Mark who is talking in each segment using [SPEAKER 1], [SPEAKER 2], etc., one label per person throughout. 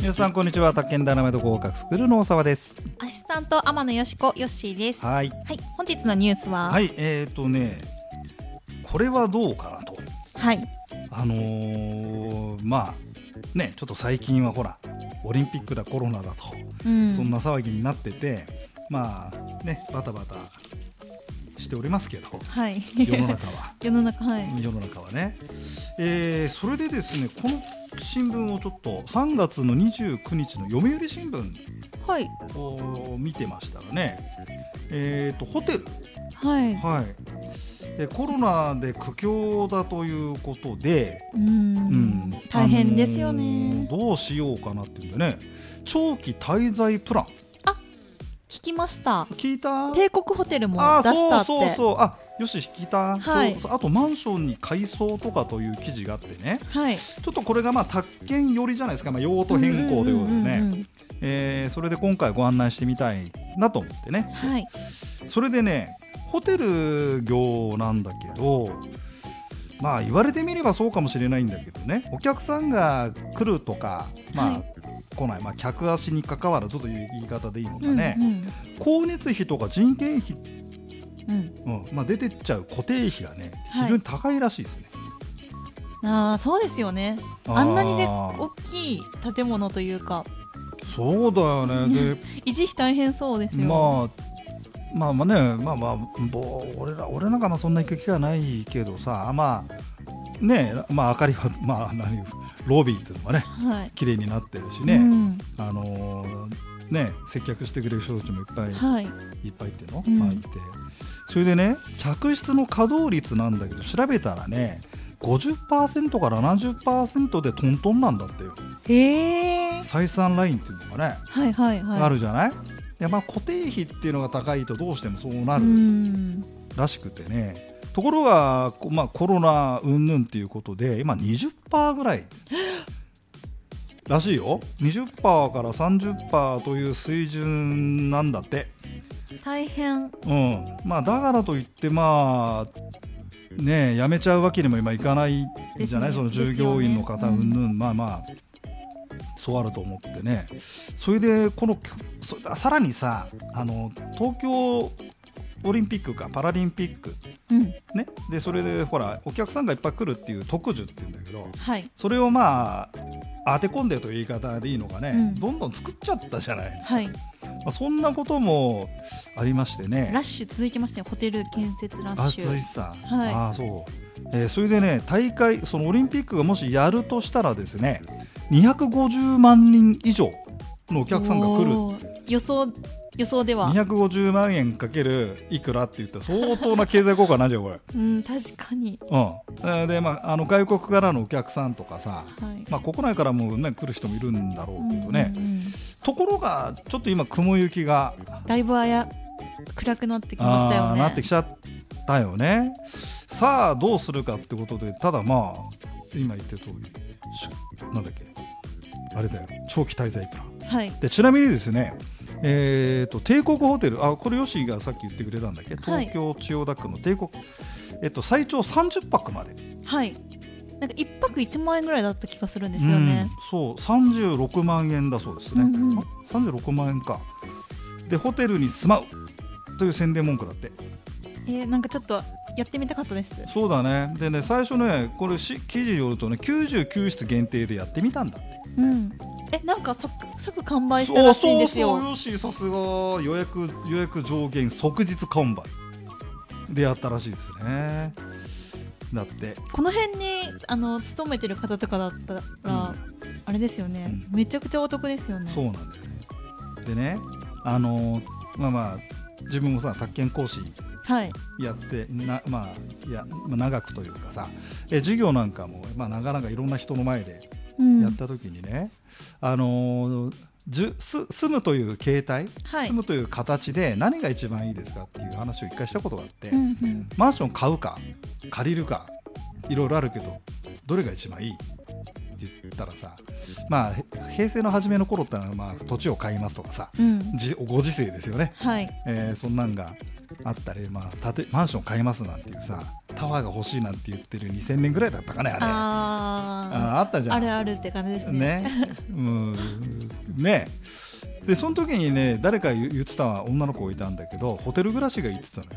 [SPEAKER 1] 皆さんこんにちは宅建ダイナマイト合格スクールの大沢です
[SPEAKER 2] アシスタント天野よしこよっしーです。は
[SPEAKER 1] はい
[SPEAKER 2] い、本日のニュースは、
[SPEAKER 1] はいえっ、ー、とねこれはどうかなと
[SPEAKER 2] はい、
[SPEAKER 1] あのーまあねちょっと最近はほらオリンピックだコロナだと
[SPEAKER 2] うん、
[SPEAKER 1] そんな騒ぎになってて、まあねバタバタしておりますけ ど
[SPEAKER 2] はい、
[SPEAKER 1] 世の中は
[SPEAKER 2] 世の中はい、
[SPEAKER 1] 世の中はね、えーそれでですねこの新聞をちょっと3月の29日の読売新聞
[SPEAKER 2] はい、
[SPEAKER 1] を見てましたらね、えー、とホテル、
[SPEAKER 2] はい、
[SPEAKER 1] はいえーコロナで苦境だということで、
[SPEAKER 2] う
[SPEAKER 1] うんん、
[SPEAKER 2] 大変ですよ
[SPEAKER 1] あのー
[SPEAKER 2] ね。
[SPEAKER 1] どうしようかなっていうんでね長期滞在プラン
[SPEAKER 2] 聞きました。
[SPEAKER 1] 聞いた
[SPEAKER 2] 帝国ホテルも
[SPEAKER 1] あ
[SPEAKER 2] 出したって、
[SPEAKER 1] そうそうそうあよし聞いた、
[SPEAKER 2] はい
[SPEAKER 1] そうそうあとマンションに改装とかという記事があってね
[SPEAKER 2] はい、
[SPEAKER 1] ちょっとこれがまあ宅建寄りじゃないですか、まあ、用途変更ということで
[SPEAKER 2] んん
[SPEAKER 1] ね
[SPEAKER 2] うんうん
[SPEAKER 1] えーそれで今回ご案内してみたいなと思ってね
[SPEAKER 2] はい、
[SPEAKER 1] それでねホテル業なんだけどまあ言われてみればそうかもしれないんだけどねお客さんが来るとかまあ、
[SPEAKER 2] はい
[SPEAKER 1] 来ない、まあ、客足に関わらずという言い方でいいのか
[SPEAKER 2] うん
[SPEAKER 1] ね、光熱費とか人件費、
[SPEAKER 2] うん、うん
[SPEAKER 1] うんまあ、出てっちゃう固定費がね
[SPEAKER 2] はい
[SPEAKER 1] 非常に高いらしいですね。
[SPEAKER 2] ああ、そうですよね。あんなにね、
[SPEAKER 1] あー
[SPEAKER 2] 大きい建物というか、
[SPEAKER 1] そうだよねで
[SPEAKER 2] 維持費大変そうですよ。
[SPEAKER 1] まあまあまあねまあまあぼ俺ら俺なんかまあそんな行く機会ないけどさまあねまあ明かりはまあ何ロビーっていうのがね
[SPEAKER 2] はい、
[SPEAKER 1] 綺麗になってるし
[SPEAKER 2] う
[SPEAKER 1] ね、
[SPEAKER 2] ん、
[SPEAKER 1] あのーね接客してくれる人たちもいっぱい、
[SPEAKER 2] はい、
[SPEAKER 1] い、っぱいっていうの、
[SPEAKER 2] うん
[SPEAKER 1] まあいてそれでね客室の稼働率なんだけど調べたらね50%から70%でトントンなんだってよ
[SPEAKER 2] へえ、
[SPEAKER 1] 採算ラインっていうのがね、
[SPEAKER 2] はいはいはい、
[SPEAKER 1] あるじゃないで、まあ、固定費っていうのが高いとどうしてもそうな
[SPEAKER 2] う
[SPEAKER 1] る
[SPEAKER 2] ん、
[SPEAKER 1] らしくてね、ところが、こまあ、コロナ云々っていうことで今20%ぐらいらしいよ20%から30%という水準なんだって、
[SPEAKER 2] 大変、
[SPEAKER 1] うんまあ、だからといってまあねえ辞めちゃうわけにも今いかないじゃない、
[SPEAKER 2] ですね
[SPEAKER 1] その従業員の方
[SPEAKER 2] ですよね
[SPEAKER 1] うんぬんまあまあそうあると思ってねそれでこのそさらにさあの東京オリンピックかパラリンピック
[SPEAKER 2] うん、
[SPEAKER 1] ねでそれでほらお客さんがいっぱい来るっていう特需っていうんだけど
[SPEAKER 2] はい。
[SPEAKER 1] それをまあ当て込んでるという言い方でいいのかね、
[SPEAKER 2] うん
[SPEAKER 1] どんどん作っちゃったじゃない、
[SPEAKER 2] はい、
[SPEAKER 1] まあ、そんなこともありましてね
[SPEAKER 2] ラッシュ続いてましたよ、ホテル建設ラッシ
[SPEAKER 1] あ続い
[SPEAKER 2] ュ。
[SPEAKER 1] てた、
[SPEAKER 2] はい
[SPEAKER 1] ああそう、えーそれでね大会そのオリンピックがもしやるとしたらですね250万人以上のお客さんが来る
[SPEAKER 2] おー予想、予想では。
[SPEAKER 1] 250万円かけるいくらって言ったら相当な経済効果なんじゃんこれ、
[SPEAKER 2] うん、確かに。
[SPEAKER 1] うんえー、でまああの外国からのお客さんとかさ
[SPEAKER 2] はい。
[SPEAKER 1] まあ、国内からも、ね、来る人もいるんだろうけどね、
[SPEAKER 2] うんうんうん
[SPEAKER 1] ところがちょっと今雲行きが
[SPEAKER 2] だいぶあや、暗くなってきました
[SPEAKER 1] あ
[SPEAKER 2] よ
[SPEAKER 1] あー
[SPEAKER 2] ね。
[SPEAKER 1] なってきちゃったよねさあどうするかってことでただまあ今言ってる通りしなんだっけあれだよ長期滞在プラン
[SPEAKER 2] はい。
[SPEAKER 1] でちなみにですねえー、と帝国ホテルあこれヨシがさっき言ってくれたんだっけ
[SPEAKER 2] はい
[SPEAKER 1] 東京千代田区の帝国、えっと、最長30泊まで
[SPEAKER 2] はい。なんか一泊一万円ぐらいだった気がするんですよね。
[SPEAKER 1] うん、そう36万円だそうですね、
[SPEAKER 2] うんうん
[SPEAKER 1] あ36万円かでホテルに住まうという宣伝文句だって
[SPEAKER 2] えー、なんかちょっと、やってみたかったです。
[SPEAKER 1] そうだねでね最初ねこれし記事によるとね99室限定でやってみたんだって
[SPEAKER 2] うん。え、なんか即、即完売したらしいんです
[SPEAKER 1] そうそうそう
[SPEAKER 2] よ。
[SPEAKER 1] よしさすが予約予約上限即日完売でやったらしいですねだって
[SPEAKER 2] この辺に、あの、勤めてる方とかだった
[SPEAKER 1] う
[SPEAKER 2] ら。あれですよね、
[SPEAKER 1] う
[SPEAKER 2] めちゃくちゃお得ですよね。
[SPEAKER 1] そうなんだよねでねあのーまあまあ自分もさ宅建講師
[SPEAKER 2] はい。
[SPEAKER 1] やってな、まあ、いやまあ長くというかさえ授業なんかも、まあ、なかなかいろんな人の前で
[SPEAKER 2] うん
[SPEAKER 1] やった時にね、あのーじゅす住むという形態、
[SPEAKER 2] はい
[SPEAKER 1] 住むという形で何が一番いいですかっていう話を一回したことがあって、
[SPEAKER 2] うんうん
[SPEAKER 1] マンション買うか借りるかいろいろあるけどどれが一番いいって言ったらさ、まあ、へ平成の初めの頃ってのは、まあ、土地を買いますとかさ
[SPEAKER 2] うん
[SPEAKER 1] じご時世ですよね、
[SPEAKER 2] はい
[SPEAKER 1] えーそんなんがあったり、まあ、建てマンション買いますなんていうさタワーが欲しいなんて言ってる2000年ぐらいだったかねあれあ
[SPEAKER 2] あ
[SPEAKER 1] あったじ
[SPEAKER 2] ー
[SPEAKER 1] ゃん
[SPEAKER 2] あるあるって感じですね
[SPEAKER 1] ねうんねでその時にね誰か言言ってた女の子がいたんだけどホテル暮らしが言ってたのよ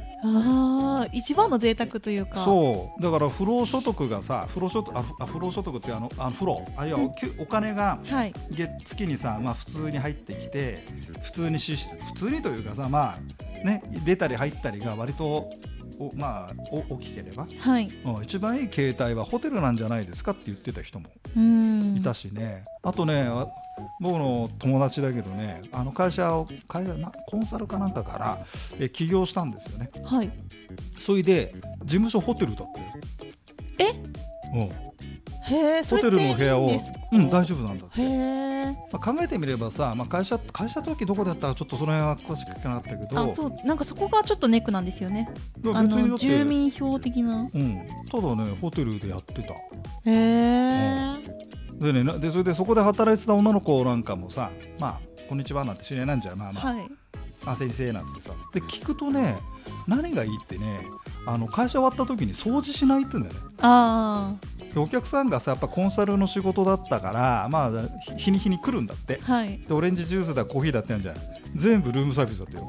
[SPEAKER 2] ああ一番の贅沢というか
[SPEAKER 1] そうだから不労所得がさ不労所得あふあ不労所得ってあのあ不労あいやお給お金が
[SPEAKER 2] はい
[SPEAKER 1] 月月にさ、まあ、普通に入ってきて普通に支出普通にというかさまあね出たり入ったりが割とおまあお大きければ、
[SPEAKER 2] はい
[SPEAKER 1] うん、一番いい携帯はホテルなんじゃないですかって言ってた人も
[SPEAKER 2] うん
[SPEAKER 1] いたしね、あとねあ僕の友達だけどねあの会社を会社なコンサルかなんかからえ起業したんですよね
[SPEAKER 2] はい
[SPEAKER 1] それで事務所ホテルだったよ
[SPEAKER 2] え
[SPEAKER 1] うん
[SPEAKER 2] へえそ
[SPEAKER 1] ホテ
[SPEAKER 2] れっ
[SPEAKER 1] ル
[SPEAKER 2] てい
[SPEAKER 1] の
[SPEAKER 2] いん
[SPEAKER 1] 部屋を
[SPEAKER 2] ですか
[SPEAKER 1] うん大丈夫なんだって
[SPEAKER 2] へえ
[SPEAKER 1] まあ、考えてみればさ、まあ、会社会社登記どこだったかちょっとその辺は詳しく聞かなかったけど
[SPEAKER 2] あそうなんかそこがちょっとネックなんですよね
[SPEAKER 1] いや
[SPEAKER 2] あ
[SPEAKER 1] 別にだ
[SPEAKER 2] の
[SPEAKER 1] って
[SPEAKER 2] 住民票的な
[SPEAKER 1] うん、ただねホテルでやってた
[SPEAKER 2] へえ
[SPEAKER 1] でねなでそれでそこで働いてた女の子なんかもさ「まあこんにちは」なんて知り合いなんじゃんまあまあ、
[SPEAKER 2] はい
[SPEAKER 1] あ先生なんてさで聞くとね何がいいってねあの会社終わった時に掃除しないって言うんだよね
[SPEAKER 2] あ
[SPEAKER 1] でお客さんがさやっぱコンサルの仕事だったからまあひ日に日に来るんだって
[SPEAKER 2] あはい
[SPEAKER 1] でオレンジジュースだコーヒーだってやんじゃん全部ルームサービスだったよ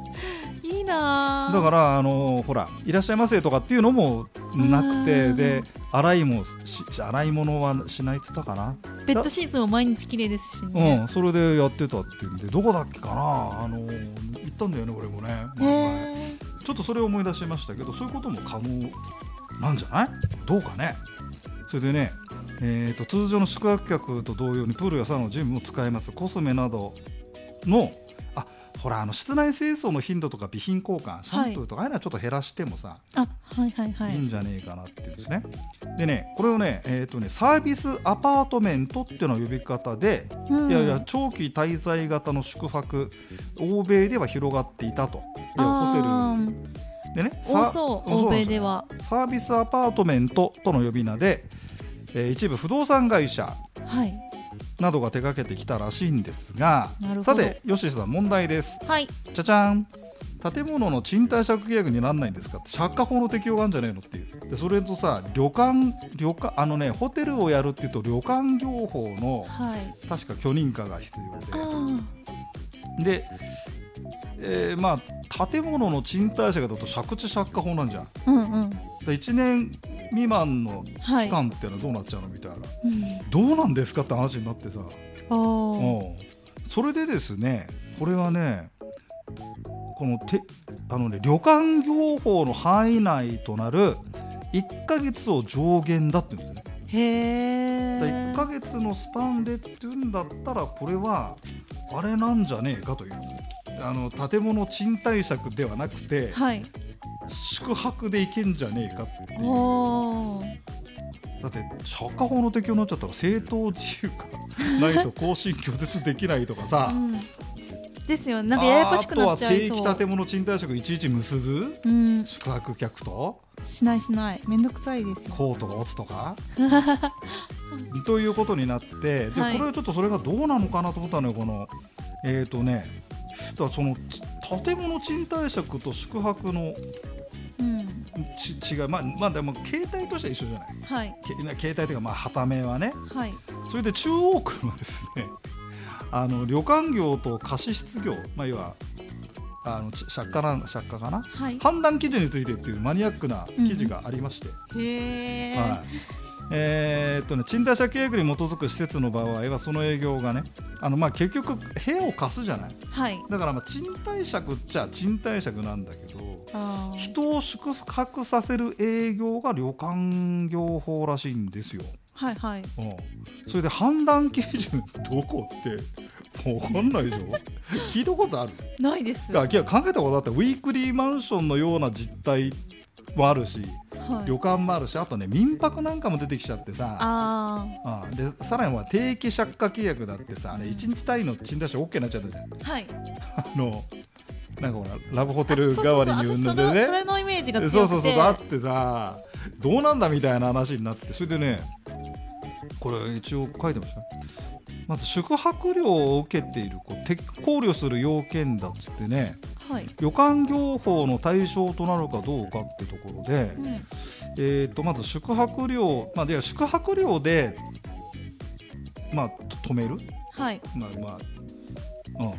[SPEAKER 2] いいなー
[SPEAKER 1] だからあのほらいらっしゃいませとかっていうのもなくて
[SPEAKER 2] うん
[SPEAKER 1] で洗いもし洗い物はしないっつったかな、
[SPEAKER 2] ベッドシーツも毎日綺麗ですし
[SPEAKER 1] う
[SPEAKER 2] ね
[SPEAKER 1] ん、それでやってたっていうんでどこだっけかなあの行ったんだよね俺もね、
[SPEAKER 2] へ
[SPEAKER 1] 前
[SPEAKER 2] え
[SPEAKER 1] ちょっとそれを思い出しましたけどそういうことも可能なんじゃないどうかねそれでね、えー、と通常の宿泊客と同様にプールやサウナのジムも使えますコスメなどのあほらあの室内清掃の頻度とか備品交換シャンプーとかああいうのはちょっと減らしてもさ、、
[SPEAKER 2] あはいはいはい
[SPEAKER 1] い
[SPEAKER 2] い
[SPEAKER 1] んじゃねえかなっていうんですね。でね、これをね、えっ、とね、サービスアパートメントっていうのは呼び方で、
[SPEAKER 2] うん
[SPEAKER 1] いやいや、長期滞在型の宿泊、欧米では広がっていたと。いやホ
[SPEAKER 2] あー
[SPEAKER 1] テルでね、
[SPEAKER 2] 多
[SPEAKER 1] さ
[SPEAKER 2] そう
[SPEAKER 1] そ
[SPEAKER 2] 欧
[SPEAKER 1] うなん
[SPEAKER 2] 米
[SPEAKER 1] すよ
[SPEAKER 2] では
[SPEAKER 1] サービスアパートメントとの呼び名で、えー一部不動産会社
[SPEAKER 2] はい
[SPEAKER 1] などが手掛けてきたらしいんですが
[SPEAKER 2] なるほど
[SPEAKER 1] さて吉瀬さん問題です
[SPEAKER 2] はい
[SPEAKER 1] じゃじゃん建物の賃貸借契約にならないんですかって借家法の適用があるんじゃないのっていうでそれとさ旅館旅館あのねホテルをやるっていうと旅館業法の
[SPEAKER 2] はい
[SPEAKER 1] 確か許認可が必
[SPEAKER 2] あー
[SPEAKER 1] 要でで、えーまあ建物の賃貸借だと借地借家法なんじゃん
[SPEAKER 2] うんうん
[SPEAKER 1] 1年未満の
[SPEAKER 2] は
[SPEAKER 1] 期
[SPEAKER 2] い、
[SPEAKER 1] 間っていうのはどうなっちゃうのみたいな、
[SPEAKER 2] うん
[SPEAKER 1] どうなんですかって話になってさ、
[SPEAKER 2] あー
[SPEAKER 1] うんそれでですねこれはねこのてあのね旅館業法の範囲内となる1ヶ月を上限だって言うんですね、
[SPEAKER 2] へえ
[SPEAKER 1] だ1ヶ月のスパンでって言うんだったらこれはあれなんじゃねえかというあの建物賃貸借ではなくて
[SPEAKER 2] はい
[SPEAKER 1] 宿泊で行けんじゃねえかっていう
[SPEAKER 2] おー
[SPEAKER 1] だって釈迦法の適用になっちゃったら政党自由が ないと更新拒絶できないとかさ、
[SPEAKER 2] うんですよねなんかややこしくなっちゃい
[SPEAKER 1] あ
[SPEAKER 2] そ
[SPEAKER 1] とは定期
[SPEAKER 2] う
[SPEAKER 1] 建物賃貸借いちいち結ぶ
[SPEAKER 2] うん
[SPEAKER 1] 宿泊客と
[SPEAKER 2] しないしないめんどくさいですよ
[SPEAKER 1] コートが落つと かということになってで、
[SPEAKER 2] はい
[SPEAKER 1] これはちょっとそれがどうなのかなと思ったのよこのえっ、ー、とねだからそのち建物賃貸借と宿泊の
[SPEAKER 2] うん
[SPEAKER 1] ち違いまあまあでも携帯としては一緒じゃない
[SPEAKER 2] はい
[SPEAKER 1] け携帯というかまあはためはね
[SPEAKER 2] はい
[SPEAKER 1] それで中央区のですねあの旅館業と貸し室業、まあ、要はあのち借家なん借家かな
[SPEAKER 2] はい
[SPEAKER 1] 判断基準についてっていうマニアックな記事がありまして、
[SPEAKER 2] へえ、
[SPEAKER 1] はいえーっとね、賃貸借契約に基づく施設の場合はその営業がねあのまあ結局部屋を貸すじゃない
[SPEAKER 2] はい
[SPEAKER 1] だからまあ賃貸借っちゃ賃貸借なんだけど
[SPEAKER 2] あー
[SPEAKER 1] 人を宿泊させる営業が旅館業法らしいんですよ。
[SPEAKER 2] はいはい
[SPEAKER 1] うんそれで判断基準どこってもう分かんないでしょ聞いたことある
[SPEAKER 2] ないです
[SPEAKER 1] いやいや考えたことあってウィークリーマンションのような実態もあるし、
[SPEAKER 2] はい
[SPEAKER 1] 旅館もあるしあとね民泊なんかも出てきちゃってさ
[SPEAKER 2] あ
[SPEAKER 1] あでさらには定期借家契約だってさあれ
[SPEAKER 2] うん
[SPEAKER 1] 1日単位の賃貸者 OK になっちゃったじゃん
[SPEAKER 2] あはい
[SPEAKER 1] あのなんかほらラブホ
[SPEAKER 2] ホ
[SPEAKER 1] テル代わりに言うのでね
[SPEAKER 2] それのイメージが強くて
[SPEAKER 1] そうそうそうだってさどうなんだみたいな話になってそれでねこれ一応書いてましたねまず宿泊料を受けているこうて考慮する要件だっつってね
[SPEAKER 2] はい、
[SPEAKER 1] 旅館業法の対象となるかどうかってところで、
[SPEAKER 2] うん、
[SPEAKER 1] えー、とまず宿泊料、まあ、では宿泊料で、まあ、と止める、
[SPEAKER 2] はい
[SPEAKER 1] まあまあうん、う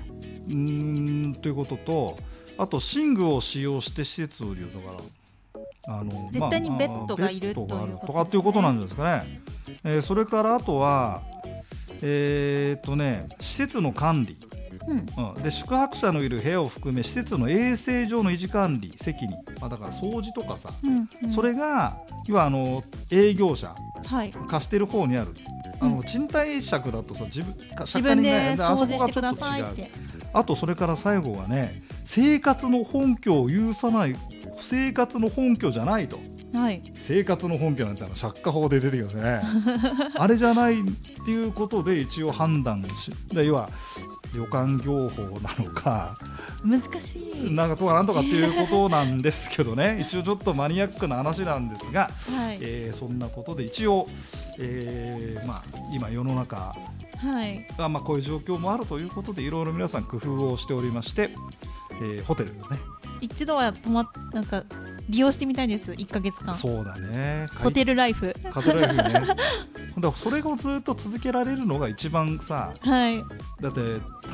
[SPEAKER 1] ーんということとあと寝具を使用して施設を利用だからあの
[SPEAKER 2] 絶対に
[SPEAKER 1] まあ
[SPEAKER 2] ベッドがい
[SPEAKER 1] ベ
[SPEAKER 2] る
[SPEAKER 1] ッドがあ
[SPEAKER 2] ということですね
[SPEAKER 1] とかっていうことなんですかね、えーそれからあとは、えーとね、施設の管理、
[SPEAKER 2] うん
[SPEAKER 1] うん、で宿泊者のいる部屋を含め施設の衛生上の維持管理責任、まあ、だから掃除とかさ、
[SPEAKER 2] うんうん、
[SPEAKER 1] それが要はあの営業者
[SPEAKER 2] はい
[SPEAKER 1] 貸してる方にある、あ
[SPEAKER 2] う
[SPEAKER 1] の
[SPEAKER 2] ん
[SPEAKER 1] 賃貸借だとさ自分か
[SPEAKER 2] 自
[SPEAKER 1] 借家人
[SPEAKER 2] 分で
[SPEAKER 1] がいる
[SPEAKER 2] 掃除してく
[SPEAKER 1] あ
[SPEAKER 2] だ
[SPEAKER 1] そこ
[SPEAKER 2] さ
[SPEAKER 1] はいちょ
[SPEAKER 2] っ
[SPEAKER 1] と違う
[SPEAKER 2] て
[SPEAKER 1] あとそれから最後はね生活の本拠を有さない生活の本拠じゃないと
[SPEAKER 2] はい
[SPEAKER 1] 生活の本拠なんてあの借家法で出てきます ねあれじゃないっていうことで一応判断しで要は旅館業法なのか
[SPEAKER 2] 難しい
[SPEAKER 1] なんかとかなんとかっていうことなんですけどね一応ちょっとマニアックな話なんですが
[SPEAKER 2] はい
[SPEAKER 1] えーそんなことで一応、えーまあ、今世の中
[SPEAKER 2] はい
[SPEAKER 1] が、まあ、こういう状況もあるということでいろいろ皆さん工夫をしておりまして、えーホテルのね
[SPEAKER 2] 一度は泊まっなんか利用してみたいです一ヶ月間
[SPEAKER 1] そうだね
[SPEAKER 2] ホテルライフ
[SPEAKER 1] カテライフね だからそれをずっと続けられるのが一番さ
[SPEAKER 2] はい
[SPEAKER 1] だって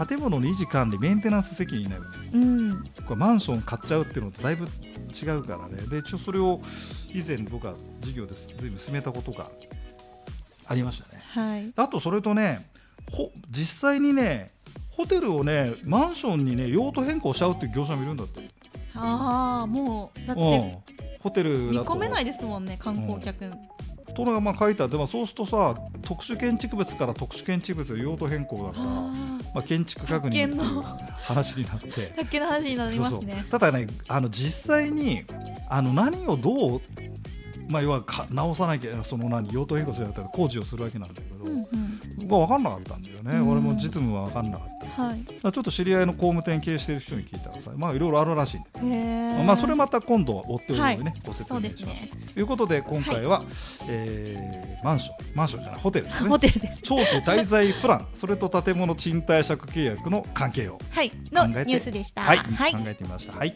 [SPEAKER 1] 建物の維持管理メンテナンス責任になる
[SPEAKER 2] うん
[SPEAKER 1] これマンション買っちゃうっていうのとだいぶ違うからねで一応それを以前僕は授業で随分進めたことがありましたね
[SPEAKER 2] はい
[SPEAKER 1] あとそれとねほ実際にねホテルをねマンションにね用途変更しちゃうっていう業者もいるんだって
[SPEAKER 2] ああもうだっ
[SPEAKER 1] うん
[SPEAKER 2] て、
[SPEAKER 1] ホテル
[SPEAKER 2] 見
[SPEAKER 1] だと
[SPEAKER 2] 込めないですもんね観光客
[SPEAKER 1] とのがまあ書いてあって、まあ、そうするとさ特殊建築物から特殊建築物へ用途変更だから、ま
[SPEAKER 2] あ
[SPEAKER 1] あ、建築確認っていう
[SPEAKER 2] 発見の
[SPEAKER 1] 話になって
[SPEAKER 2] あだっけの話になりますね
[SPEAKER 1] ただねあの実際にあの何をどう、まあ、要はか直さなきゃその何用途変更するやったら工事をするわけなんだけど、
[SPEAKER 2] うんうん
[SPEAKER 1] 僕は分かんなかったんだよね、
[SPEAKER 2] うん
[SPEAKER 1] 俺も実務は分かんなかった。
[SPEAKER 2] はい
[SPEAKER 1] だからちょっと知り合いの工務店経営している人に聞いたらさ、まあ、いろいろあるらしいんで、
[SPEAKER 2] へえ
[SPEAKER 1] まあ、それまた今度は追っておいてね、ご説
[SPEAKER 2] そ
[SPEAKER 1] 明
[SPEAKER 2] うで
[SPEAKER 1] します
[SPEAKER 2] すね
[SPEAKER 1] ということで今回は、えーマンションマンションじゃないホテルです
[SPEAKER 2] ホ
[SPEAKER 1] ね
[SPEAKER 2] テルです
[SPEAKER 1] 長期滞在プランそれと建物賃貸借契約の関係を
[SPEAKER 2] はいの
[SPEAKER 1] 考えて
[SPEAKER 2] ニュースでした
[SPEAKER 1] はい、
[SPEAKER 2] はい
[SPEAKER 1] 考えてみました。はい